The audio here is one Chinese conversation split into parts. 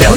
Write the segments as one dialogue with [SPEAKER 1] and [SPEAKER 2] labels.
[SPEAKER 1] 了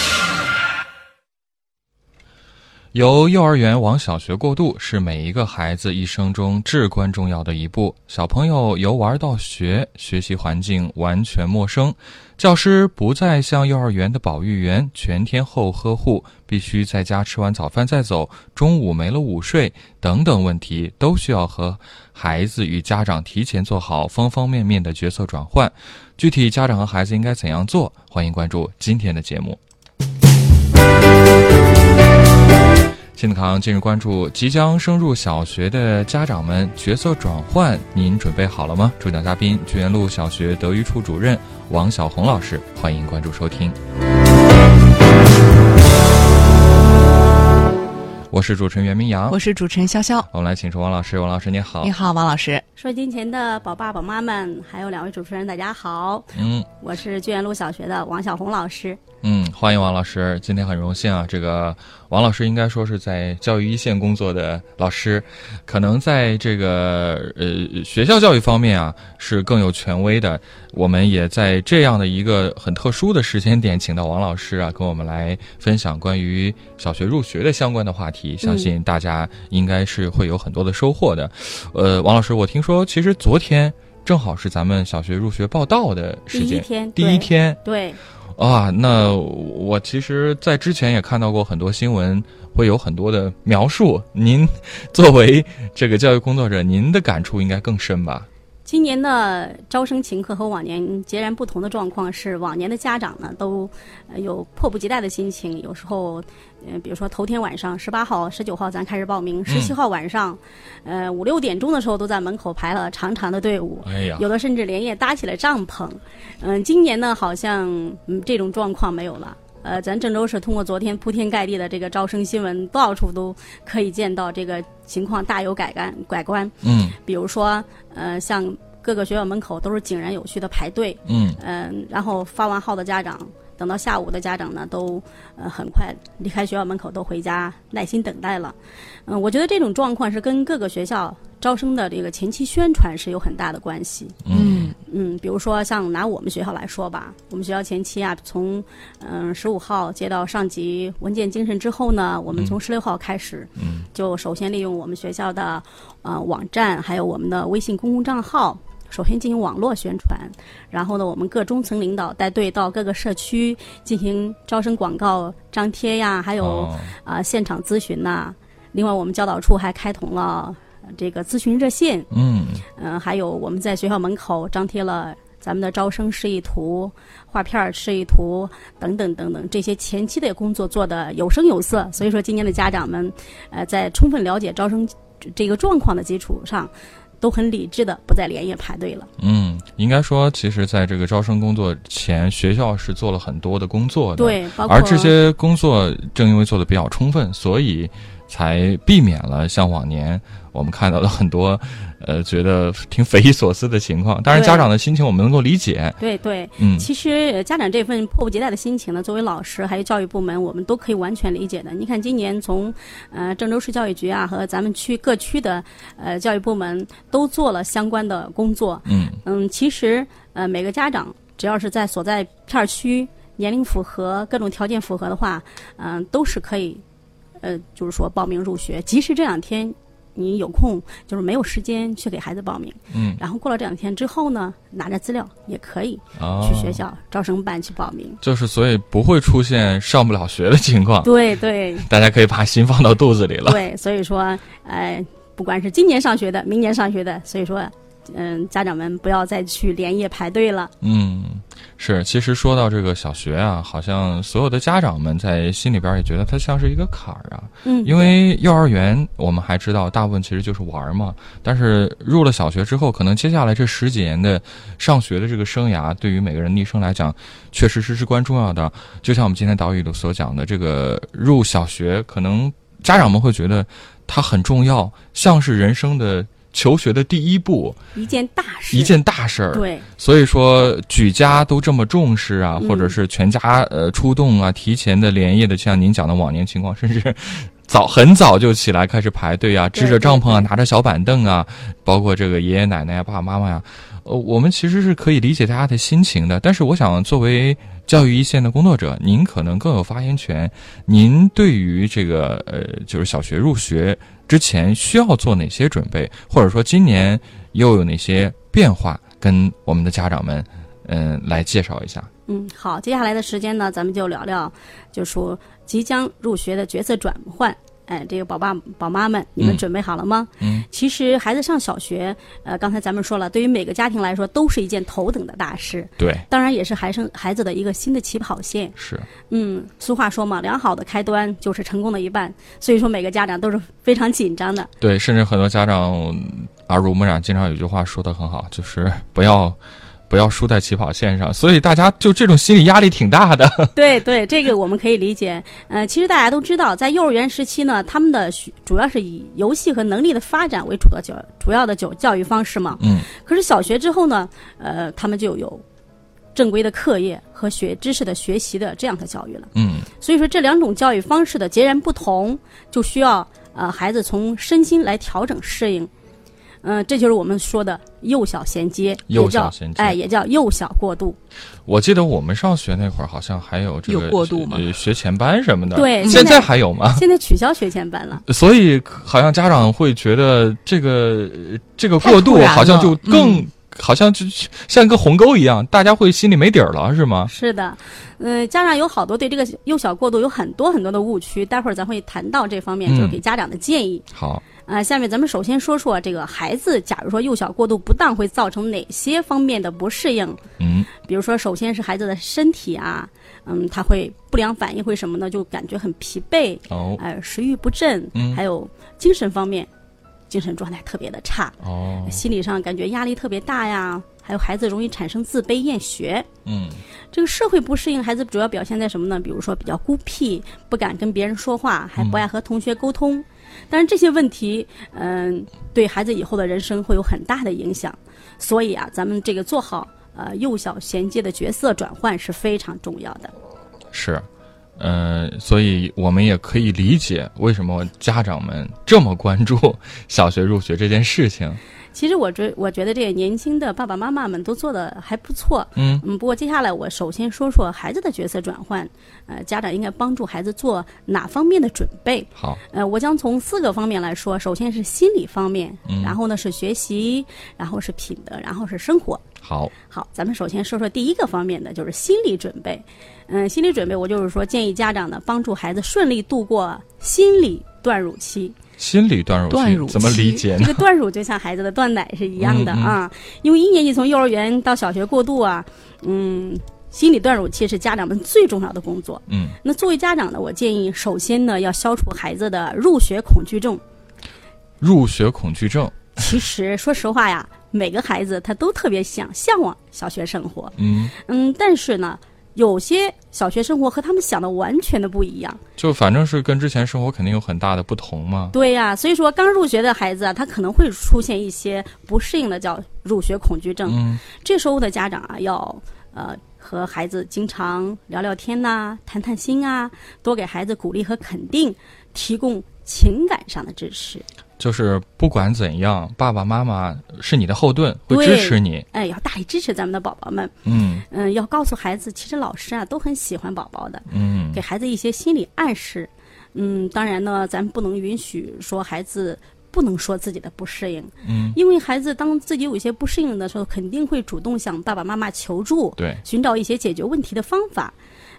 [SPEAKER 2] 由幼儿园往小学过渡是每一个孩子一生中至关重要的一步。小朋友由玩到学，学习环境完全陌生，教师不再像幼儿园的保育员全天候呵护，必须在家吃完早饭再走，中午没了午睡等等问题，都需要和孩子与家长提前做好方方面面的角色转换。具体家长和孩子应该怎样做？欢迎关注今天的节目。新子堂近日关注即将升入小学的家长们角色转换，您准备好了吗？主讲嘉宾聚源路小学德育处主任王晓红老师，欢迎关注收听。我是主持人袁明阳，
[SPEAKER 3] 我是主持人潇潇。
[SPEAKER 2] 我们来请出王老师，王老师您啊好，
[SPEAKER 3] 你好，王老师。
[SPEAKER 4] 收金前的宝爸宝妈们，还有两位主持人，大家好，
[SPEAKER 2] 嗯
[SPEAKER 4] 我是聚源路小学的王小红老师。
[SPEAKER 2] 嗯，欢迎王老师。今天很荣幸啊，这个王老师应该说是在教育一线工作的老师，可能在这个呃学校教育方面啊是更有权威的。我们也在这样的一个很特殊的时间点，请到王老师啊，跟我们来分享关于小学入学的相关的话题。相信大家应该是会有很多的收获的。呃，王老师，我听说其实昨天正好是咱们小学入学报到的时
[SPEAKER 4] 第一
[SPEAKER 2] 间，
[SPEAKER 4] 天，
[SPEAKER 2] 第一天。
[SPEAKER 4] 对，
[SPEAKER 2] 啊，那我其实，在之前也看到过很多新闻，会有很多的描述。您 作为这个教育工作者，您的感触应该更深吧？
[SPEAKER 4] 对今年的招生情课和往年截然不同的状况是，往年的家长呢都呃有迫不及待的心情，有时候，嗯、比如说头天晚上十八号、十九号咱开始报名，十七号晚上，呃五六点钟的时候都在门口排了长长的队伍，
[SPEAKER 2] 哎呀，
[SPEAKER 4] 有的甚至连夜搭起了帐篷。嗯，今年呢，好像嗯这种状况没有了。呃，咱郑州市通过昨天铺天盖地的这个招生新闻，到处都可以见到这个情况大有改观改观。
[SPEAKER 2] 嗯
[SPEAKER 4] 比如说，呃，像各个学校门口都是井然有序的排队，
[SPEAKER 2] 嗯
[SPEAKER 4] 嗯、然后发完号的家长。等到下午的家长呢，都呃很快离开学校门口，都回家耐心等待了。嗯、我觉得这种状况是跟各个学校招生的这个前期宣传是有很大的关系。
[SPEAKER 2] 嗯
[SPEAKER 4] 嗯，比如说像拿我们学校来说吧，我们学校前期啊，从嗯十五号接到上级文件精神之后呢，我们从十六号开始，
[SPEAKER 2] 嗯
[SPEAKER 4] 就首先利用我们学校的呃网站，还有我们的微信公共账号。首先进行网络宣传，然后呢，我们各中层领导带队到各个社区进行招生广告张贴呀，还有
[SPEAKER 2] 哦
[SPEAKER 4] 啊、现场咨询呐、另外，我们教导处还开通了呃这个咨询热线，
[SPEAKER 2] 嗯
[SPEAKER 4] 嗯，还有我们在学校门口张贴了咱们的招生示意图、画片儿示意图等等等等，这些前期的工作做得有声有色。所以说，今年的家长们，呃，在充分了解招生这个状况的基础上，都很理智的不再连夜排队了。
[SPEAKER 2] 嗯，应该说，其实在这个招生工作前，学校是做了很多的工作的。。
[SPEAKER 4] 对，包括
[SPEAKER 2] 而这些工作正因为做的比较充分，所以才避免了像往年我们看到的很多，呃，觉得挺匪夷所思的情况。当然，
[SPEAKER 4] 对
[SPEAKER 2] 家长的心情我们能够理解。
[SPEAKER 4] 对对，
[SPEAKER 2] 嗯
[SPEAKER 4] 其实呃家长这份迫不及待的心情呢，作为老师还有教育部门，我们都可以完全理解的。你看，今年从呃郑州市教育局啊和咱们区各区的呃教育部门都做了相关的工作。
[SPEAKER 2] 嗯
[SPEAKER 4] 嗯，其实呃每个家长只要是在所在片区年龄符合、各种条件符合的话，嗯、都是可以呃就是说报名入学，即使这两天。你有空就是没有时间去给孩子报名，
[SPEAKER 2] 嗯，
[SPEAKER 4] 然后过了这两天之后呢，拿着资料也可以
[SPEAKER 2] 哦
[SPEAKER 4] 去学校招生办去报名。
[SPEAKER 2] 就是所以不会出现上不了学的情况，
[SPEAKER 4] 对对
[SPEAKER 2] 大家可以把心放到肚子里了。
[SPEAKER 4] 对，所以说，呃，不管是今年上学的，明年上学的，所以说，嗯，家长们不要再去连夜排队了。
[SPEAKER 2] 嗯，是。其实说到这个小学啊，好像所有的家长们在心里边也觉得它像是一个坎儿啊，
[SPEAKER 4] 嗯，
[SPEAKER 2] 因为幼儿园我们还知道大部分其实就是玩儿嘛，但是入了小学之后，可能接下来这十几年的上学的这个生涯，对于每个人的一生来讲，确实是至关重要的。就像我们今天导语里所讲的，这个入小学，可能家长们会觉得它很重要，像是人生的求学的第一步，
[SPEAKER 4] 一件大事，
[SPEAKER 2] 一件大事儿。
[SPEAKER 4] 对
[SPEAKER 2] 所以说举家都这么重视啊，
[SPEAKER 4] 嗯
[SPEAKER 2] 或者是全家呃出动啊，提前的连夜的，像您讲的往年情况，甚至早很早就起来开始排队啊，支着
[SPEAKER 4] 对
[SPEAKER 2] 帐篷啊，拿着小板凳啊，包括这个爷爷奶奶啊、爸爸妈妈呀、呃，我们其实是可以理解大家的心情的。但是我想，作为教育一线的工作者，您可能更有发言权。您对于这个呃，就是小学入学之前需要做哪些准备，或者说今年又有哪些变化，跟我们的家长们嗯、来介绍一下。
[SPEAKER 4] 嗯，好，接下来的时间呢，咱们就聊聊，就说即将入学的角色转换。哎，这个宝爸宝妈们，你们
[SPEAKER 2] 嗯
[SPEAKER 4] 准备好了吗？
[SPEAKER 2] 嗯，
[SPEAKER 4] 其实孩子上小学，呃，刚才咱们说了，对于每个家庭来说都是一件头等的大事，
[SPEAKER 2] 对，
[SPEAKER 4] 当然也是孩生孩子的一个新的起跑线。
[SPEAKER 2] 是
[SPEAKER 4] 嗯，俗话说嘛，良好的开端就是成功的一半，所以说每个家长都是非常紧张的。
[SPEAKER 2] 对，甚至很多家长啊耳濡目染，经常有句话说的很好，就是不要。不要输在起跑线上，所以大家就这种心理压力挺大的。
[SPEAKER 4] 对对，这个我们可以理解。呃，其实大家都知道，在幼儿园时期呢，他们的学主要是以游戏和能力的发展为主的教主要的教教育方式嘛。
[SPEAKER 2] 嗯，
[SPEAKER 4] 可是小学之后呢，呃，他们就有正规的课业和学知识的学习的这样的教育了。
[SPEAKER 2] 嗯，
[SPEAKER 4] 所以说，这两种教育方式的截然不同，就需要呃孩子从身心来调整适应。嗯、这就是我们说的幼小衔接，
[SPEAKER 2] 幼
[SPEAKER 4] 也叫
[SPEAKER 2] 小衔接
[SPEAKER 4] 哎，也叫幼小过渡。
[SPEAKER 2] 我记得我们上学那会儿好像还有这个
[SPEAKER 3] 有过渡吗
[SPEAKER 2] 呃学前班什么的。
[SPEAKER 4] 对
[SPEAKER 2] 现
[SPEAKER 4] 现
[SPEAKER 2] 在
[SPEAKER 4] 在
[SPEAKER 2] 还有吗？
[SPEAKER 4] 现在取消学前班了。
[SPEAKER 2] 所以好像家长会觉得这个呃这个过
[SPEAKER 3] 太突
[SPEAKER 2] 渡
[SPEAKER 3] 然了嗯
[SPEAKER 2] 好像就更、好像就像一个鸿沟一样，大家会心里没底儿了，是吗？
[SPEAKER 4] 是的，嗯，家长有好多对这个幼小过渡有很多很多的误区，待会儿咱会谈到这方面，就是
[SPEAKER 2] 嗯
[SPEAKER 4] 给家长的建议。
[SPEAKER 2] 好，
[SPEAKER 4] 啊、下面咱们首先说说这个孩子，假如说幼小过渡不当会造成哪些方面的不适应？
[SPEAKER 2] 嗯，
[SPEAKER 4] 比如说，首先是孩子的身体啊，嗯，他会不良反应会什么呢？就感觉很疲惫，
[SPEAKER 2] 哦
[SPEAKER 4] 呃，食欲不振，
[SPEAKER 2] 嗯
[SPEAKER 4] 还有精神方面，精神状态特别的差，
[SPEAKER 2] 哦，
[SPEAKER 4] 心理上感觉压力特别大呀，还有孩子容易产生自卑、厌学，
[SPEAKER 2] 嗯，
[SPEAKER 4] 这个社会不适应孩子主要表现在什么呢？比如说比较孤僻，不敢跟别人说话，还不爱和同学沟通。但是这些问题，嗯、对孩子以后的人生会有很大的影响。所以啊，咱们这个做好呃幼小衔接的角色转换是非常重要的。
[SPEAKER 2] 是，呃，所以我们也可以理解为什么家长们这么关注小学入学这件事情。
[SPEAKER 4] 其实我觉我觉得这个年轻的爸爸妈妈们都做的还不错。
[SPEAKER 2] 嗯
[SPEAKER 4] 嗯，不过接下来我首先说说孩子的角色转换，呃，家长应该帮助孩子做哪方面的准备？
[SPEAKER 2] 好，
[SPEAKER 4] 呃，我将从四个方面来说，首先是心理方面，
[SPEAKER 2] 嗯
[SPEAKER 4] 然后呢是学习，然后是品德，然后是生活。
[SPEAKER 2] 好，
[SPEAKER 4] 好，咱们首先说说第一个方面的，就是心理准备。嗯，心理准备，我就是说建议家长呢，帮助孩子顺利度过心理断乳期。
[SPEAKER 2] 心理断乳期
[SPEAKER 3] 断乳
[SPEAKER 2] 怎么理
[SPEAKER 3] 期
[SPEAKER 2] 解
[SPEAKER 4] 这
[SPEAKER 2] 呢？
[SPEAKER 4] 个断乳就像孩子的断奶是一样的
[SPEAKER 2] 嗯嗯嗯
[SPEAKER 4] 啊，因为一年级从幼儿园到小学过渡啊，嗯，心理断乳期是家长们最重要的工作。
[SPEAKER 2] 嗯，
[SPEAKER 4] 那作为家长呢，我建议首先呢，要消除孩子的入学恐惧症。
[SPEAKER 2] 入学恐惧症。
[SPEAKER 4] 其实说实话呀，每个孩子他都特别想向往小学生活，
[SPEAKER 2] 嗯，
[SPEAKER 4] 嗯，但是呢，有些小学生活和他们想的完全的不一样。
[SPEAKER 2] 就反正是跟之前生活肯定有很大的不同嘛。
[SPEAKER 4] 对呀、所以说刚入学的孩子啊，他可能会出现一些不适应的叫入学恐惧症。
[SPEAKER 2] 嗯，
[SPEAKER 4] 这时候的家长啊，要呃和孩子经常聊聊天呐、谈谈心啊，多给孩子鼓励和肯定，提供情感上的支持。
[SPEAKER 2] 就是不管怎样，爸爸妈妈是你的后盾，会
[SPEAKER 4] 对
[SPEAKER 2] 支持你。
[SPEAKER 4] 哎，要大力支持咱们的宝宝们。
[SPEAKER 2] 嗯
[SPEAKER 4] 嗯，要告诉孩子，其实老师啊都很喜欢宝宝的，
[SPEAKER 2] 嗯
[SPEAKER 4] 给孩子一些心理暗示。嗯，当然呢，咱不能允许说孩子不能说自己的不适应，
[SPEAKER 2] 嗯，
[SPEAKER 4] 因为孩子当自己有一些不适应的时候，肯定会主动向爸爸妈妈求助，
[SPEAKER 2] 对，
[SPEAKER 4] 寻找一些解决问题的方法。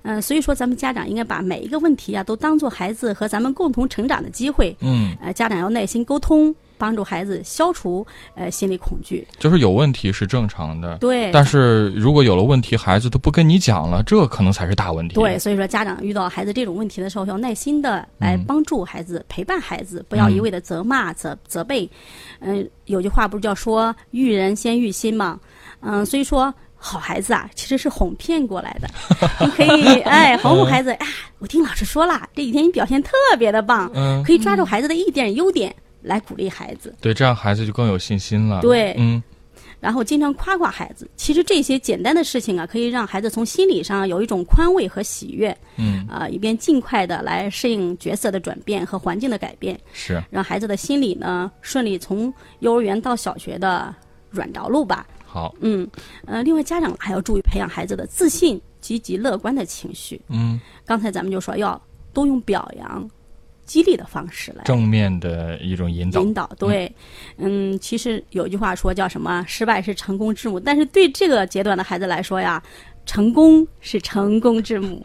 [SPEAKER 4] 嗯、所以说咱们家长应该把每一个问题啊都当做孩子和咱们共同成长的机会。
[SPEAKER 2] 嗯，
[SPEAKER 4] 呃，家长要耐心沟通，帮助孩子消除呃心理恐惧。
[SPEAKER 2] 就是有问题是正常的，
[SPEAKER 4] 对，
[SPEAKER 2] 但是如果有了问题，孩子都不跟你讲了，这可能才是大问题。
[SPEAKER 4] 对，，所以说家长遇到孩子这种问题的时候，要耐心的来
[SPEAKER 2] 嗯
[SPEAKER 4] 帮助孩子、陪伴孩子，不要一味的责骂、责责备。嗯、有句话不是叫说“育人先育心”嘛？嗯、所以说。好孩子啊，其实是哄骗过来的。你 可以哎，哄
[SPEAKER 2] 嗯
[SPEAKER 4] 哄孩子啊！我听老师说啦，这几天你表现特别的棒，
[SPEAKER 2] 嗯，
[SPEAKER 4] 可以抓住孩子的一点优点来鼓励孩子。
[SPEAKER 2] 对，这样孩子就更有信心了。
[SPEAKER 4] 对
[SPEAKER 2] 嗯
[SPEAKER 4] 然后经常夸夸孩子。其实这些简单的事情啊，可以让孩子从心理上有一种宽慰和喜悦，
[SPEAKER 2] 嗯，
[SPEAKER 4] 啊、以便尽快的来适应角色的转变和环境的改变，
[SPEAKER 2] 是
[SPEAKER 4] 让孩子的心理呢顺利从幼儿园到小学的软着陆吧。
[SPEAKER 2] 好，
[SPEAKER 4] 嗯，呃，另外家长还要注意培养孩子的自信、积极、乐观的情绪。
[SPEAKER 2] 嗯，
[SPEAKER 4] 刚才咱们就说要多用表扬、激励的方式来
[SPEAKER 2] 正面的一种引导，
[SPEAKER 4] 引导。对，嗯其实有句话说叫什么“失败是成功之母”，但是对这个阶段的孩子来说呀。成功是成功 之母，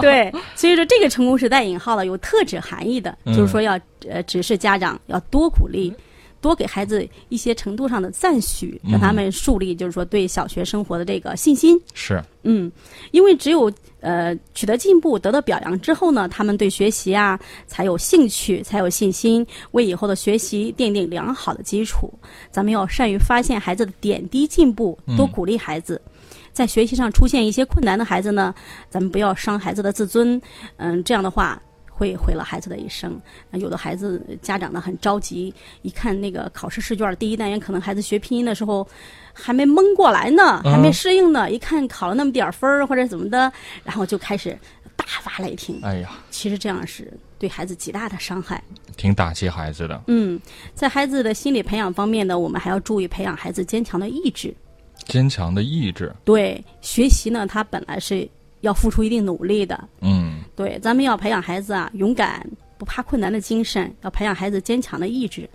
[SPEAKER 4] 对，所以说这个成功是带引号的，有特指含义的，
[SPEAKER 2] 嗯
[SPEAKER 4] 就是说要呃指示家长要多鼓励，多给孩子一些程度上的赞许，
[SPEAKER 2] 嗯
[SPEAKER 4] 让他们树立就是说对小学生活的这个信心。
[SPEAKER 2] 是，
[SPEAKER 4] 嗯，因为只有呃取得进步、得到表扬之后呢，他们对学习啊才有兴趣，才有信心，为以后的学习奠定良好的基础。咱们要善于发现孩子的点滴进步，多鼓励孩子。在学习上出现一些困难的孩子呢，咱们不要伤孩子的自尊，嗯，这样的话会毁了孩子的一生。那有的孩子家长呢很着急，一看那个考试试卷儿第一单元，可能孩子学拼音的时候还没蒙过来呢，
[SPEAKER 2] 嗯
[SPEAKER 4] 还没适应呢，一看考了那么点儿分儿或者怎么的，然后就开始大发雷霆。
[SPEAKER 2] 哎呀，
[SPEAKER 4] 其实这样是对孩子极大的伤害。
[SPEAKER 2] 挺打击孩子的，
[SPEAKER 4] 嗯，在孩子的心理培养方面呢，我们还要注意培养孩子坚强的意志。
[SPEAKER 2] 坚强的意志，
[SPEAKER 4] 对学习呢，他本来是要付出一定努力的。
[SPEAKER 2] 嗯，
[SPEAKER 4] 对，咱们要培养孩子啊，勇敢不怕困难的精神，要培养孩子坚强的意志。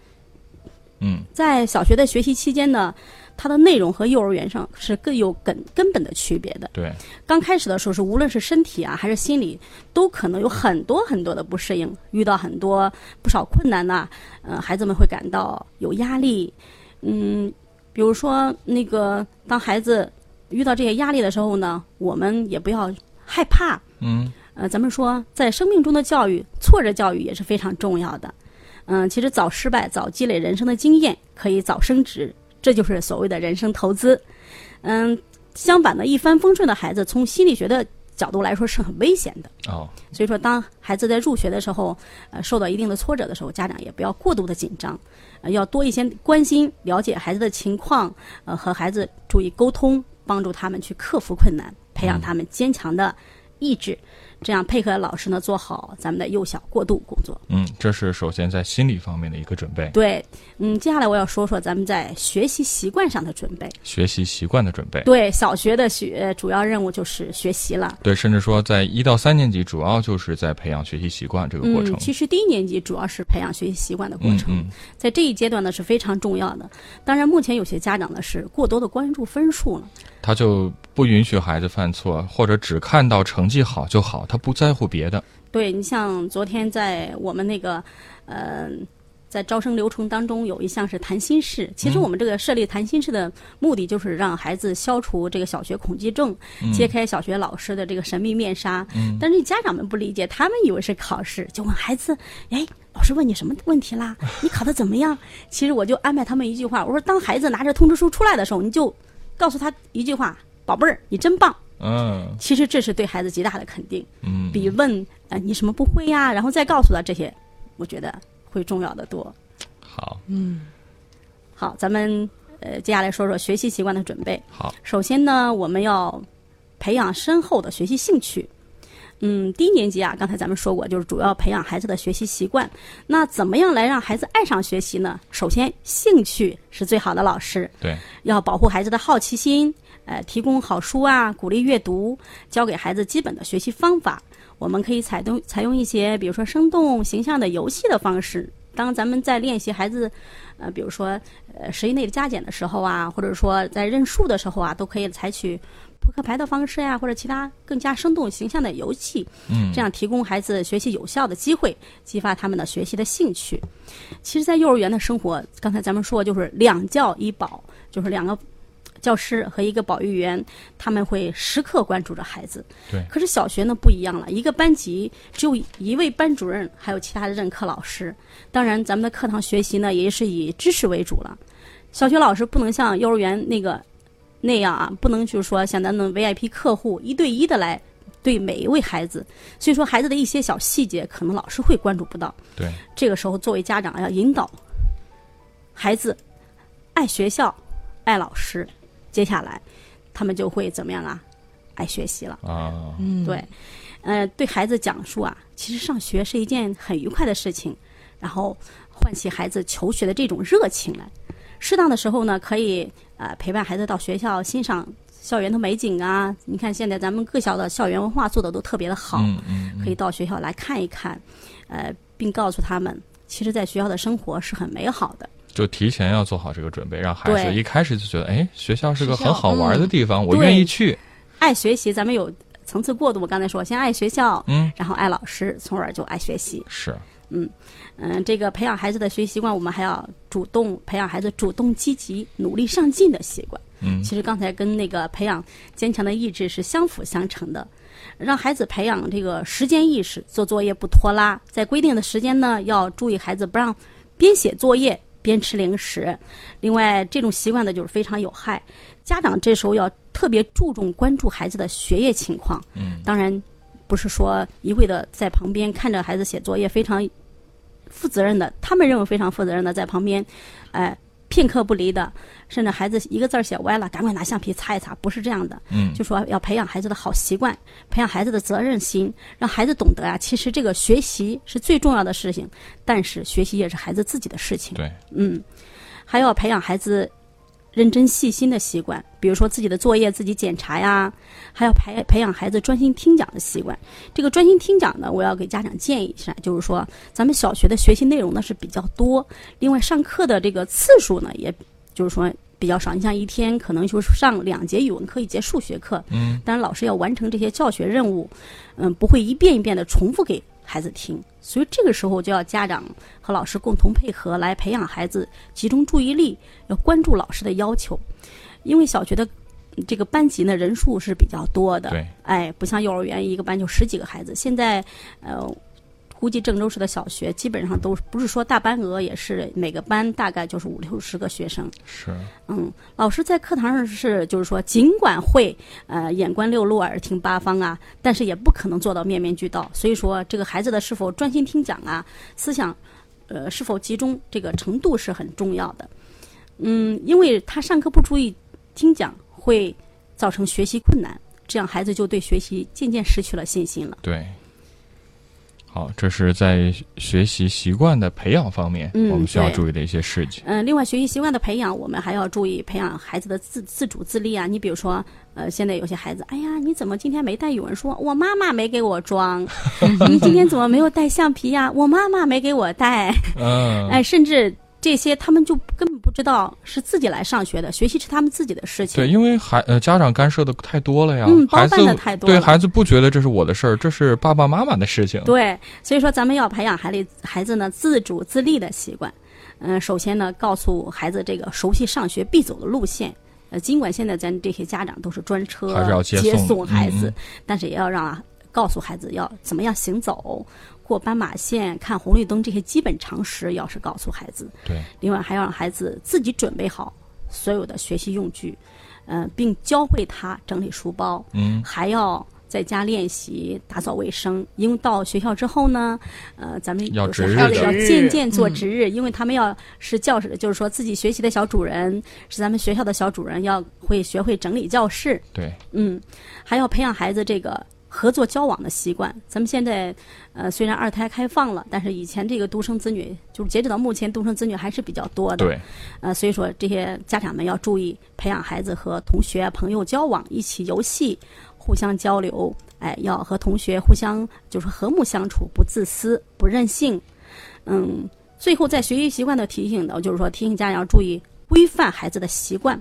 [SPEAKER 2] 嗯，
[SPEAKER 4] 在小学的学习期间呢，它的内容和幼儿园上是更有根根本的区别的。
[SPEAKER 2] 对，
[SPEAKER 4] 刚开始的时候是无论是身体啊还是心理，都可能有很多很多的不适应，遇到很多不少困难呐、呃，孩子们会感到有压力，嗯，比如说那个当孩子遇到这些压力的时候呢，我们也不要害怕，
[SPEAKER 2] 嗯，
[SPEAKER 4] 呃，咱们说在生命中的教育，挫折教育也是非常重要的。嗯、其实早失败，早积累人生的经验，可以早升职，这就是所谓的人生投资。嗯，相反的，一帆风顺的孩子，从心理学的角度来说是很危险的。
[SPEAKER 2] 哦，
[SPEAKER 4] 所以说，当孩子在入学的时候，呃，受到一定的挫折的时候，家长也不要过度的紧张，呃，要多一些关心，了解孩子的情况，呃，和孩子注意沟通，帮助他们去克服困难，培养他们坚强的意志，这样配合老师呢做好咱们的幼小过渡工作。
[SPEAKER 2] 嗯，这是首先在心理方面的一个准备，
[SPEAKER 4] 对，嗯，接下来我要说说咱们在学习习惯上的准备。
[SPEAKER 2] 学习习惯的准备，
[SPEAKER 4] 对，小学的学呃主要任务就是学习了。
[SPEAKER 2] 对，甚至说在一到三年级，主要就是在培养学习习惯这个过程
[SPEAKER 4] 嗯。，其实低年级主要是培养学习习惯的过程，
[SPEAKER 2] 嗯嗯
[SPEAKER 4] 在这一阶段呢是非常重要的。当然，目前有些家长呢是过多的关注分数了，
[SPEAKER 2] 他就不允许孩子犯错，或者只看到成绩好就好，他不在乎别的。
[SPEAKER 4] 对你像昨天在我们那个，呃，在招生流程当中有一项是谈心室。其实我们这个设立谈心室的目的就是让孩子消除这个小学恐惧症，揭开小学老师的这个神秘面纱。但是家长们不理解，他们以为是考试，就问孩子：“哎，老师问你什么问题啦？你考的怎么样？”其实我就安排他们一句话，我说：“当孩子拿着通知书出来的时候，你就告诉他一句话，宝贝儿，你真棒。”
[SPEAKER 2] 嗯
[SPEAKER 4] 其实这是对孩子极大的肯定。
[SPEAKER 2] 嗯，
[SPEAKER 4] 比问呃你什么不会呀、然后再告诉他这些，我觉得会重要的多。
[SPEAKER 2] 好，
[SPEAKER 4] 好，咱们呃接下来说说学习习惯的准备。
[SPEAKER 2] 好，
[SPEAKER 4] 首先呢，我们要培养深厚的学习兴趣。嗯，低年级啊，刚才咱们说过，就是主要培养孩子的学习习惯。那怎么样来让孩子爱上学习呢？首先，兴趣是最好的老师。
[SPEAKER 2] 对，
[SPEAKER 4] 要保护孩子的好奇心，呃，提供好书啊，鼓励阅读，教给孩子基本的学习方法。我们可以采用采用一些，比如说生动形象的游戏的方式。当咱们在练习孩子，呃，比如说呃十以内的加减的时候啊，或者说在认数的时候啊，都可以采取扑克牌的方式呀、或者其他更加生动形象的游戏，
[SPEAKER 2] 嗯
[SPEAKER 4] 这样提供孩子学习有效的机会，激发他们的学习的兴趣。其实，在幼儿园的生活，刚才咱们说就是两教一保，就是两个教师和一个保育员，他们会时刻关注着孩子。
[SPEAKER 2] 对
[SPEAKER 4] 可是小学呢不一样了，一个班级只有一位班主任，还有其他的任课老师。当然，咱们的课堂学习呢也是以知识为主了。小学老师不能像幼儿园那个那样啊，不能就是说像咱们 VIP 客户一对一的来对每一位孩子，所以说孩子的一些小细节，可能老师会关注不到。
[SPEAKER 2] 对，
[SPEAKER 4] 这个时候，作为家长要引导孩子爱学校、爱老师，接下来他们就会怎么样啊？爱学习了。
[SPEAKER 2] 啊，
[SPEAKER 3] 嗯，
[SPEAKER 4] 对，呃，对孩子讲述啊，其实上学是一件很愉快的事情，然后唤起孩子求学的这种热情来。适当的时候呢，可以呃陪伴孩子到学校欣赏校园的美景啊。你看现在咱们各校的校园文化做的都特别的好，
[SPEAKER 2] 嗯嗯
[SPEAKER 4] 可以到学校来看一看，呃，并告诉他们，其实在学校的生活是很美好的。
[SPEAKER 2] 就提前要做好这个准备，让孩子
[SPEAKER 4] 对嗯
[SPEAKER 2] 一开始就觉得，哎，学校是个
[SPEAKER 3] 学
[SPEAKER 2] 很
[SPEAKER 3] 校
[SPEAKER 2] 好玩的地方，我
[SPEAKER 4] 对
[SPEAKER 2] 愿意去。
[SPEAKER 4] 爱学习，咱们有层次过渡，我刚才说，先爱学校，
[SPEAKER 2] 嗯，
[SPEAKER 4] 然后爱老师，从而就爱学习。
[SPEAKER 2] 是，
[SPEAKER 4] 嗯，这个培养孩子的学习习惯，我们还要主动培养孩子主动、积极、努力上进的习惯。
[SPEAKER 2] 嗯
[SPEAKER 4] 其实刚才跟那个培养坚强的意志是相辅相成的，让孩子培养这个时间意识，做作业不拖拉，在规定的时间呢，要注意孩子不让边写作业边吃零食。另外，这种习惯呢就是非常有害，家长这时候要特别注重关注孩子的学业情况。
[SPEAKER 2] 嗯
[SPEAKER 4] 当然不是说一味的在旁边看着孩子写作业，非常负责任的，他们认为非常负责任的在旁边，哎、片刻不离的，甚至孩子一个字儿写歪了，赶快拿橡皮擦一擦，不是这样的，
[SPEAKER 2] 嗯，
[SPEAKER 4] 就说要培养孩子的好习惯，培养孩子的责任心，让孩子懂得啊，其实这个学习是最重要的事情，但是学习也是孩子自己的事情。
[SPEAKER 2] 对，
[SPEAKER 4] 嗯，还要培养孩子认真细心的习惯，比如说自己的作业自己检查呀，还要培培养孩子专心听讲的习惯。这个专心听讲呢，我要给家长建议一下，就是说咱们小学的学习内容呢是比较多，另外上课的这个次数呢，也就是说。比较少，你像一天可能就是上两节语文课，一节数学课。
[SPEAKER 2] 嗯，
[SPEAKER 4] 当然老师要完成这些教学任务，嗯，不会一遍一遍的重复给孩子听，所以这个时候就要家长和老师共同配合来培养孩子集中注意力，要关注老师的要求，因为小学的这个班级呢人数是比较多的，
[SPEAKER 2] 对，
[SPEAKER 4] 哎，不像幼儿园一个班就十几个孩子，现在呃。估计郑州市的小学基本上都是不是说大班额，也是每个班大概就是五六十个学生。
[SPEAKER 2] 是，
[SPEAKER 4] 嗯，老师在课堂上是就是说，尽管会呃眼观六路，耳听八方啊，但是也不可能做到面面俱到。所以说，这个孩子的是否专心听讲啊，思想呃是否集中，这个程度是很重要的。嗯，因为他上课不注意听讲，会造成学习困难，这样孩子就对学习渐渐失去了信心了。
[SPEAKER 2] 对。好，这是在学习习惯的培养方面，
[SPEAKER 4] 嗯
[SPEAKER 2] 我们需要
[SPEAKER 4] 对
[SPEAKER 2] 注意的一些事情。
[SPEAKER 4] 嗯，另外学习习惯的培养，我们还要注意培养孩子的自自主自立啊。你比如说，呃，现在有些孩子，哎呀，你怎么今天没带语文书？我妈妈没给我 装。你今天怎么没有带橡皮呀、我妈妈没给我带。
[SPEAKER 2] 嗯，
[SPEAKER 4] 哎，甚至这些他们就根本不知道是自己来上学的，学习是他们自己的事情。
[SPEAKER 2] 对，因为孩呃家长干涉的太多了呀，
[SPEAKER 4] 嗯包
[SPEAKER 2] 孩
[SPEAKER 4] 办
[SPEAKER 2] 子
[SPEAKER 4] 的太多
[SPEAKER 2] 对
[SPEAKER 4] 了
[SPEAKER 2] 孩子不觉得这是我的事儿，这是爸爸妈妈的事情。
[SPEAKER 4] 对，所以说咱们要培养孩子孩子呢自主自立的习惯。嗯、首先呢，告诉孩子这个熟悉上学必走的路线。呃，尽管现在咱这些家长都是专车
[SPEAKER 2] 还是要接
[SPEAKER 4] 接
[SPEAKER 2] 送
[SPEAKER 4] 送孩
[SPEAKER 2] 嗯
[SPEAKER 4] 子，
[SPEAKER 2] 嗯
[SPEAKER 4] 但是也要让啊告诉孩子要怎么样行走，过斑马线、看红绿灯这些基本常识，要是告诉孩子。
[SPEAKER 2] 对，
[SPEAKER 4] 另外还要让孩子自己准备好所有的学习用具，呃，并教会他整理书包，
[SPEAKER 2] 嗯，
[SPEAKER 4] 还要在家练习打扫卫生，因为到学校之后呢，呃，咱们
[SPEAKER 2] 要
[SPEAKER 4] 有些
[SPEAKER 2] 值日
[SPEAKER 4] 孩
[SPEAKER 2] 的
[SPEAKER 4] 子要
[SPEAKER 3] 值日
[SPEAKER 4] 渐渐做值日，因为他们要是教室，就是说自己学习的小主人，是咱们学校的小主人，要会学会整理教室，
[SPEAKER 2] 对，
[SPEAKER 4] 嗯，还要培养孩子这个合作交往的习惯。咱们现在，呃，虽然二胎开放了，但是以前这个独生子女，就是截止到目前，独生子女还是比较多的。
[SPEAKER 2] 对，
[SPEAKER 4] 呃，所以说这些家长们要注意培养孩子和同学啊、朋友交往，一起游戏，互相交流。哎，要和同学互相就是和睦相处，不自私，不任性。嗯，最后在学习习惯的提醒呢，就是说提醒家长要注意规范孩子的习惯，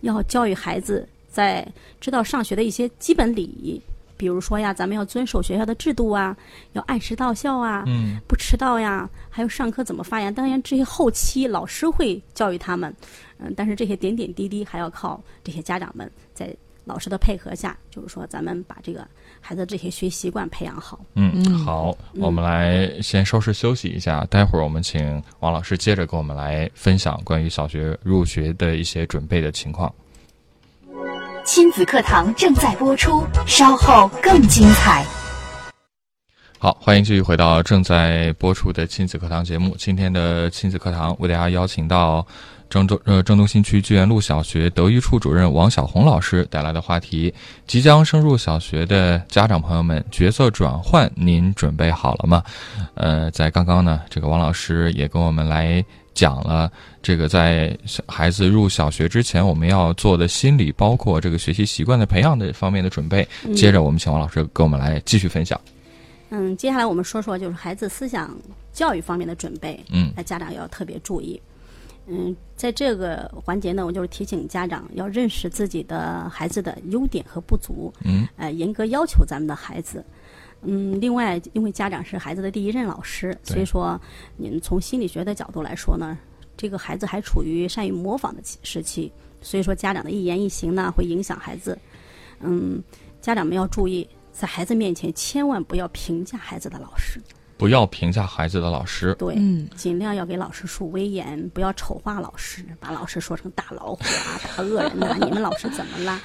[SPEAKER 4] 要教育孩子在知道上学的一些基本礼仪。比如说呀，咱们要遵守学校的制度啊，要按时到校啊，
[SPEAKER 2] 嗯，
[SPEAKER 4] 不迟到呀，还有上课怎么发言。当然，这些后期老师会教育他们，嗯，但是这些点点滴滴还要靠这些家长们在老师的配合下，就是说咱们把这个孩子这些学习习惯培养好。
[SPEAKER 2] 嗯，
[SPEAKER 3] 嗯
[SPEAKER 2] 好，我们来先稍事休息一下，待会儿我们请王老师接着跟我们来分享关于小学入学的一些准备的情况。
[SPEAKER 5] 亲子课堂正在播出，稍后更精彩。
[SPEAKER 2] 好，欢迎继续回到正在播出的亲子课堂节目。今天的亲子课堂为大家邀请到郑州呃郑州新区聚源路小学德育处主任王小红老师带来的话题：即将升入小学的家长朋友们，角色转换您准备好了吗？呃，在刚刚呢，这个王老师也跟我们来讲了这个在小孩子入小学之前我们要做的心理，包括这个学习习惯的培养的方面的准备。接着，我们请王老师跟我们来继续分享。
[SPEAKER 4] 嗯，接下来我们说说就是孩子思想教育方面的准备，
[SPEAKER 2] 嗯
[SPEAKER 4] 那家长要特别注意。嗯，在这个环节呢，我就是提醒家长要认识自己的孩子的优点和不足，
[SPEAKER 2] 嗯，
[SPEAKER 4] 呃，严格要求咱们的孩子。嗯，另外，因为家长是孩子的第一任老师，
[SPEAKER 2] 对
[SPEAKER 4] 所以说，你们从心理学的角度来说呢，这个孩子还处于善于模仿的期时期，所以说家长的一言一行呢，会影响孩子。嗯，家长们要注意，在孩子面前千万不要评价孩子的老师，
[SPEAKER 2] 不要评价孩子的老师。
[SPEAKER 4] 对，
[SPEAKER 3] 嗯
[SPEAKER 4] 尽量要给老师树威严，不要丑化老师，把老师说成大老虎啊、大恶人呐、你们老师怎么啦？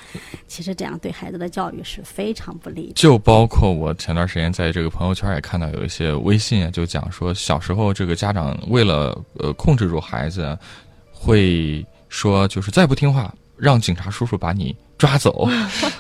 [SPEAKER 4] 其实这样对孩子的教育是非常不利的。
[SPEAKER 2] 就包括我前段时间在这个朋友圈也看到有一些微信啊，就讲说小时候这个家长为了呃控制住孩子，会说就是再不听话，让警察叔叔把你抓走。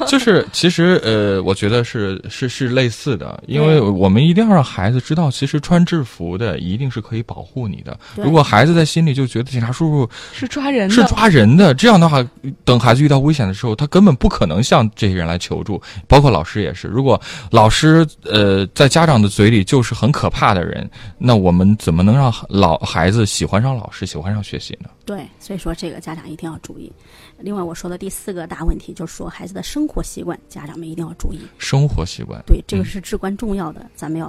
[SPEAKER 2] 就是其实呃，我觉得是是是类似的，因为我们一定要让孩子知道，其实穿制服的一定是可以保护你的。
[SPEAKER 4] 对
[SPEAKER 2] 如果孩子在心里就觉得警察叔叔
[SPEAKER 3] 是抓人的，
[SPEAKER 2] 是抓人的。这样的话，等孩子遇到危险的时候，他根本不可能向这些人来求助，包括老师也是。如果老师呃在家长的嘴里就是很可怕的人，那我们怎么能让老孩子喜欢上老师，喜欢上学习呢？
[SPEAKER 4] 对，所以说这个家长一定要注意。另外，我说的第四个大问题就是说孩子的生活习惯，家长们一定要注意。
[SPEAKER 2] 生活习惯，
[SPEAKER 4] 对，这个
[SPEAKER 2] 嗯
[SPEAKER 4] 是至关重要的，咱们要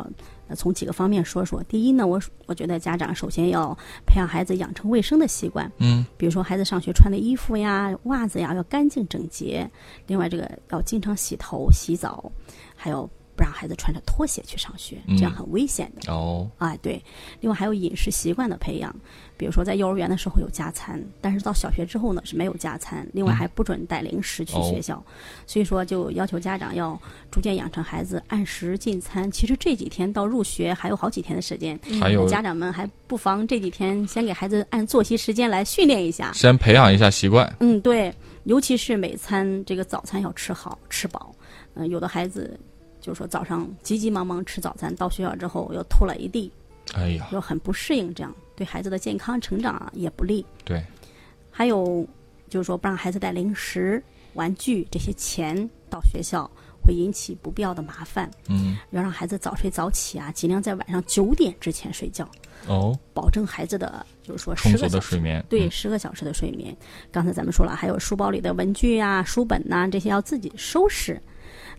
[SPEAKER 4] 呃从几个方面说说。第一呢，我我觉得家长首先要培养孩子养成卫生的习惯，
[SPEAKER 2] 嗯，
[SPEAKER 4] 比如说孩子上学穿的衣服呀、袜子呀要干净整洁，另外这个要经常洗头、洗澡，还有不让孩子穿着拖鞋去上学，
[SPEAKER 2] 嗯
[SPEAKER 4] 这样很危险的。
[SPEAKER 2] 哦，
[SPEAKER 4] 啊，对，另外还有饮食习惯的培养，比如说在幼儿园的时候有加餐，但是到小学之后呢是没有加餐，另外还不准带零食去
[SPEAKER 2] 嗯哦
[SPEAKER 4] 学校，所以说就要求家长要逐渐养成孩子按时进餐。其实这几天到入学还有好几天的时间，
[SPEAKER 2] 还有
[SPEAKER 4] 嗯家长们还不妨这几天先给孩子按作息时间来训练一下。
[SPEAKER 2] 先培养一下习惯，
[SPEAKER 4] 嗯，对，尤其是每餐这个早餐要吃好吃饱。嗯、有的孩子就说早上急急忙忙吃早餐，到学校之后又吐了一地。
[SPEAKER 2] 哎呀，
[SPEAKER 4] 就很不适应这样，对孩子的健康成长啊也不利。
[SPEAKER 2] 对，
[SPEAKER 4] 还有就是说，不让孩子带零食、玩具这些钱到学校，会引起不必要的麻烦。
[SPEAKER 2] 嗯，
[SPEAKER 4] 要让孩子早睡早起啊，尽量在晚上九点之前睡觉，
[SPEAKER 2] 哦，
[SPEAKER 4] 保证孩子的就是说
[SPEAKER 2] 充
[SPEAKER 4] 十
[SPEAKER 2] 足
[SPEAKER 4] 个小
[SPEAKER 2] 的
[SPEAKER 4] 时
[SPEAKER 2] 睡眠，
[SPEAKER 4] 对，
[SPEAKER 2] 嗯，
[SPEAKER 4] 十个小时的睡眠。刚才咱们说了，还有书包里的文具呀、书本呐、这些要自己收拾。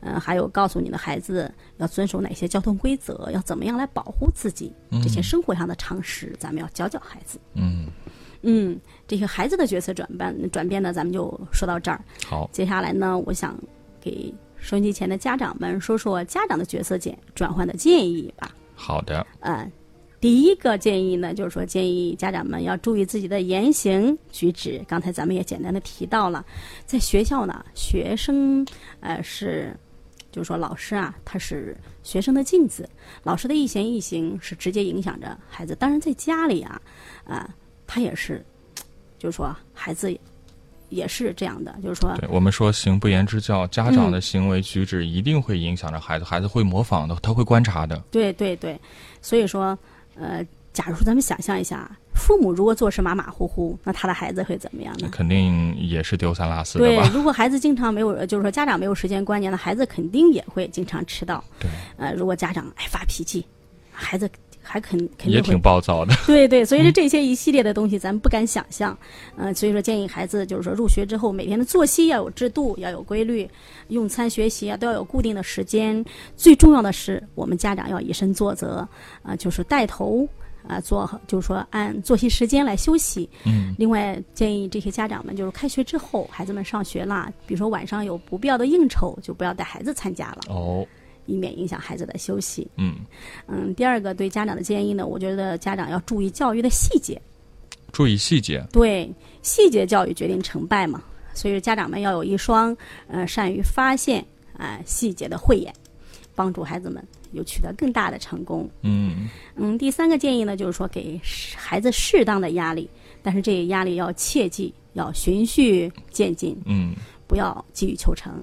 [SPEAKER 4] 嗯、还有告诉你的孩子要遵守哪些交通规则，要怎么样来保护自己，这些生活上的常识，咱们要教教孩子。
[SPEAKER 2] 嗯，
[SPEAKER 4] 嗯，这些孩子的角色转变转变呢，咱们就说到这儿。
[SPEAKER 2] 好，
[SPEAKER 4] 接下来呢，我想给收音机前的家长们说说家长的角色建转换的建议吧。
[SPEAKER 2] 好的，
[SPEAKER 4] 呃，第一个建议呢，就是说建议家长们要注意自己的言行举止。刚才咱们也简单的提到了，在学校呢，学生呃是，就是说老师啊，他是学生的镜子，老师的一言一行是直接影响着孩子。当然，在家里啊，啊、他也是，就是说孩子也是这样的，就是说
[SPEAKER 2] 对我们说行不言之教，家长
[SPEAKER 4] 嗯
[SPEAKER 2] 的行为举止一定会影响着孩子，孩子会模仿的，他会观察的，
[SPEAKER 4] 对对对，所以说，呃，假如说咱们想象一下，父母如果做事马马虎虎，那他的孩子会怎么样
[SPEAKER 2] 那
[SPEAKER 4] 呢？
[SPEAKER 2] 肯定也是丢三落四的
[SPEAKER 4] 对
[SPEAKER 2] 吧，？
[SPEAKER 4] 如果孩子经常没有，呃就是说家长没有时间观念，那孩子肯定也会经常迟到。
[SPEAKER 2] 对，
[SPEAKER 4] 呃，如果家长爱发脾气，孩子还肯肯
[SPEAKER 2] 也
[SPEAKER 4] 定
[SPEAKER 2] 挺
[SPEAKER 4] 会。
[SPEAKER 2] 暴躁 的。
[SPEAKER 4] 对对，所以说
[SPEAKER 2] 嗯
[SPEAKER 4] 这些一系列的东西，咱们不敢想象。嗯、所以说建议孩子就是说入学之后，每天的作息要有制度，要有规律，用餐、学习啊都要有固定的时间。最重要的是，我们家长要以身作则，啊、就是带头。啊，做就是说按作息时间来休息。
[SPEAKER 2] 嗯，
[SPEAKER 4] 另外建议这些家长们，就是开学之后，孩子们上学啦，比如说晚上有不必要的应酬，就不要带孩子参加了，
[SPEAKER 2] 哦，
[SPEAKER 4] 以免影响孩子的休息。
[SPEAKER 2] 嗯，
[SPEAKER 4] 嗯，第二个对家长的建议呢，我觉得家长要注意教育的细节，
[SPEAKER 2] 注意细节。
[SPEAKER 4] 对细节教育决定成败嘛，所以家长们要有一双呃善于发现啊、细节的慧眼。帮助孩子们有取得更大的成功。
[SPEAKER 2] 嗯
[SPEAKER 4] 嗯，第三个建议呢，就是说给孩子适当的压力，但是这个压力要切记要循序渐进，
[SPEAKER 2] 嗯
[SPEAKER 4] 不要急于求成。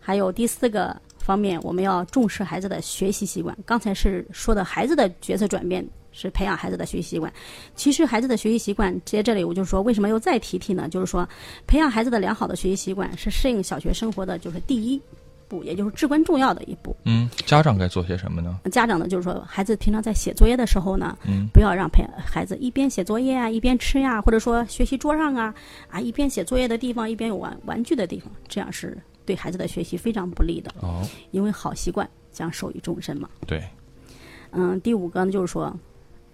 [SPEAKER 4] 还有第四个方面，我们要重视孩子的学习习惯。刚才是说的孩子的角色转变是培养孩子的学习习惯，其实孩子的学习习惯，在这里我就说为什么又再提提呢？就是说，培养孩子的良好的学习习惯是适应小学生活的就是第一步，也就是至关重要的一步。
[SPEAKER 2] 嗯，家长该做些什么呢？
[SPEAKER 4] 家长呢，就是说孩子平常在写作业的时候呢，
[SPEAKER 2] 嗯
[SPEAKER 4] 不要让陪孩子一边写作业啊，一边吃呀、或者说学习桌上啊啊，一边写作业的地方，一边有玩玩具的地方，这样是对孩子的学习非常不利的，
[SPEAKER 2] 哦，
[SPEAKER 4] 因为好习惯将受益终身嘛。
[SPEAKER 2] 对，
[SPEAKER 4] 嗯，第五个呢，就是说，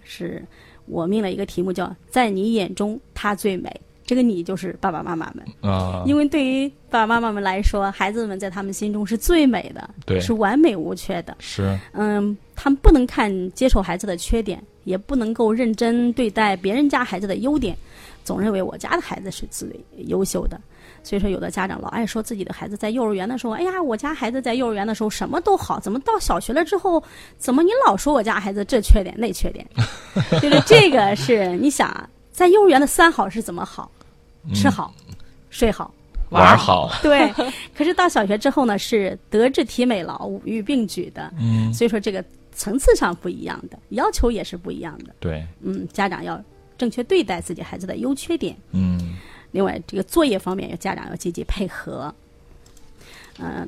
[SPEAKER 4] 是我命了一个题目叫“在你眼中她最美”，这个你就是爸爸妈妈们。
[SPEAKER 2] 啊、
[SPEAKER 4] 因为对于爸爸妈妈们来说，孩子们在他们心中是最美的，
[SPEAKER 2] 对
[SPEAKER 4] 是完美无缺的。
[SPEAKER 2] 是，
[SPEAKER 4] 嗯，他们不能看接受孩子的缺点，也不能够认真对待别人家孩子的优点，总认为我家的孩子是最优秀的。所以说，有的家长老爱说自己的孩子在幼儿园的时候，哎呀，我家孩子在幼儿园的时候什么都好，怎么到小学了之后，怎么你老说我家孩子这缺点那缺点？就是这个是你想在幼儿园的三好是怎么好？吃好，睡好，
[SPEAKER 2] 嗯玩儿好，
[SPEAKER 4] 对，可是到小学之后呢，是德智体美劳五育并举的，
[SPEAKER 2] 嗯，
[SPEAKER 4] 所以说这个层次上不一样的，要求也是不一样的。
[SPEAKER 2] 对，
[SPEAKER 4] 嗯，家长要正确对待自己孩子的优缺点。
[SPEAKER 2] 嗯
[SPEAKER 4] 另外，这个作业方面，家长要积极配合。嗯、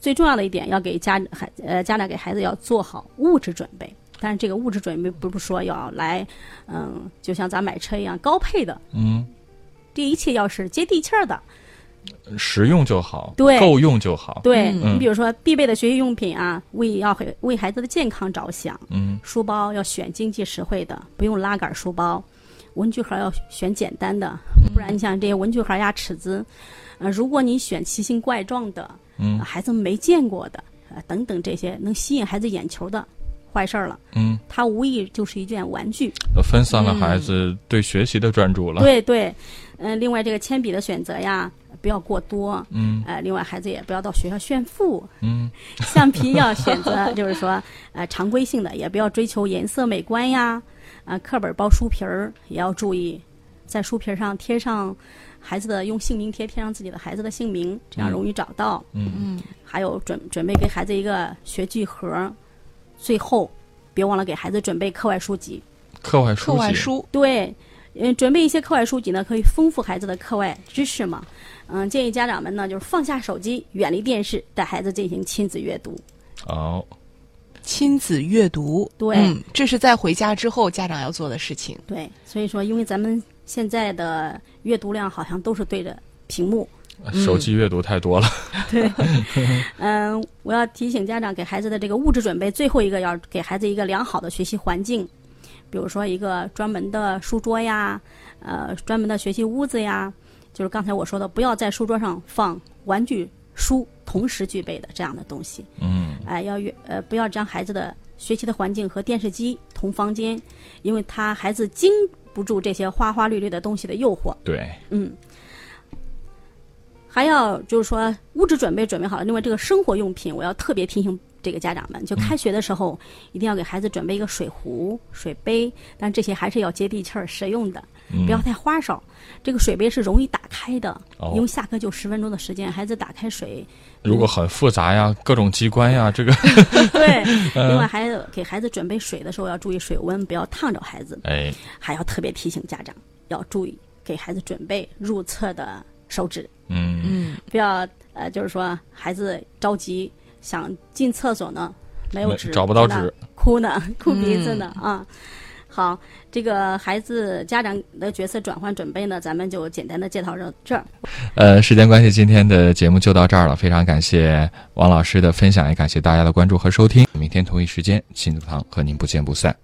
[SPEAKER 4] 最重要的一点，要给家孩呃家长给孩子要做好物质准备。但是这个物质准备不是说要来，嗯，就像咱买车一样高配的，
[SPEAKER 2] 嗯，
[SPEAKER 4] 这一切要是接地气儿的，
[SPEAKER 2] 实用就好，
[SPEAKER 4] 对
[SPEAKER 2] 够用就好，
[SPEAKER 4] 对、
[SPEAKER 2] 嗯
[SPEAKER 4] 你，比如说必备的学习用品啊，为要为为孩子的健康着想，
[SPEAKER 2] 嗯
[SPEAKER 4] 书包要选经济实惠的，不用拉杆书包；文具盒要选简单的，
[SPEAKER 2] 嗯
[SPEAKER 4] 不然你像这些文具盒呀、尺子，呃，如果你选奇形怪状的，
[SPEAKER 2] 嗯
[SPEAKER 4] 呃孩子没见过的，呃，等等这些能吸引孩子眼球的，坏事儿了，
[SPEAKER 2] 嗯，
[SPEAKER 4] 它无疑就是一件玩具。
[SPEAKER 2] 都分散了孩子对学习的专注了，
[SPEAKER 4] 嗯对对，嗯、另外这个铅笔的选择呀，不要过多。
[SPEAKER 2] 嗯
[SPEAKER 4] 呃，另外孩子也不要到学校炫富，
[SPEAKER 2] 嗯
[SPEAKER 4] 橡皮要选择，就是说，呃，常规性的，也不要追求颜色美观呀。啊、课本包书皮儿也要注意，在书皮儿上贴上孩子的，用姓名贴贴上自己的孩子的姓名，这样
[SPEAKER 2] 嗯
[SPEAKER 4] 容易找到。
[SPEAKER 2] 嗯
[SPEAKER 4] 嗯。还有准准备给孩子一个学具盒，最后别忘了给孩子准备课外书籍。
[SPEAKER 2] 课外书
[SPEAKER 3] 课
[SPEAKER 2] 籍，
[SPEAKER 3] 外书，
[SPEAKER 4] 对，嗯，准备一些课外书籍呢，可以丰富孩子的课外知识嘛。嗯，建议家长们呢，就是放下手机，远离电视，带孩子进行亲子阅读。
[SPEAKER 2] 哦，
[SPEAKER 3] 亲子阅读，
[SPEAKER 4] 对
[SPEAKER 3] 嗯，这是在回家之后家长要做的事情。
[SPEAKER 4] 对，所以说，因为咱们现在的阅读量好像都是对着屏幕。
[SPEAKER 2] 手机阅读太多了，
[SPEAKER 4] 嗯，我要提醒家长给孩子的这个物质准备，最后一个要给孩子一个良好的学习环境，比如说一个专门的书桌呀，呃，专门的学习屋子呀，就是刚才我说的，不要在书桌上放玩具、书同时具备的这样的东西。
[SPEAKER 2] 嗯
[SPEAKER 4] 哎、要越呃不要将孩子的学习的环境和电视机同房间，因为他孩子经不住这些花花绿绿的东西的诱惑。
[SPEAKER 2] 对，
[SPEAKER 4] 嗯，还要就是说物质准备准备好了，另外这个生活用品，我要特别提醒这个家长们，就
[SPEAKER 2] 嗯
[SPEAKER 4] 开学的时候、一定要给孩子准备一个水壶、水杯，但这些还是要接地气儿、实用的，
[SPEAKER 2] 嗯
[SPEAKER 4] 不要太花哨。这个水杯是容易打开的，
[SPEAKER 2] 哦
[SPEAKER 4] 因为下课就十分钟的时间，孩子打 开水，
[SPEAKER 2] 如果很复杂呀，各种机关呀，这个，
[SPEAKER 4] 嗯对，
[SPEAKER 2] 嗯
[SPEAKER 4] 另外还有给孩子准备水的时候要注意水温，不要烫着孩子，
[SPEAKER 2] 哎，
[SPEAKER 4] 还要特别提醒家长要注意给孩子准备入厕的手指。
[SPEAKER 2] 嗯
[SPEAKER 3] 嗯，
[SPEAKER 4] 不要呃，就是说孩子着急想进厕所呢，没有
[SPEAKER 2] 没
[SPEAKER 4] 纸，
[SPEAKER 2] 找不到
[SPEAKER 4] 在那
[SPEAKER 2] 纸，
[SPEAKER 4] 哭呢， 哭鼻子呢、啊。好，这个孩子家长的角色转换准备呢，咱们就简单的介绍到这儿。
[SPEAKER 2] 呃，时间关系，今天的节目就到这儿了，非常感谢王老师的分享，也感谢大家的关注和收听，明天同一时间，亲子堂和您不见不散，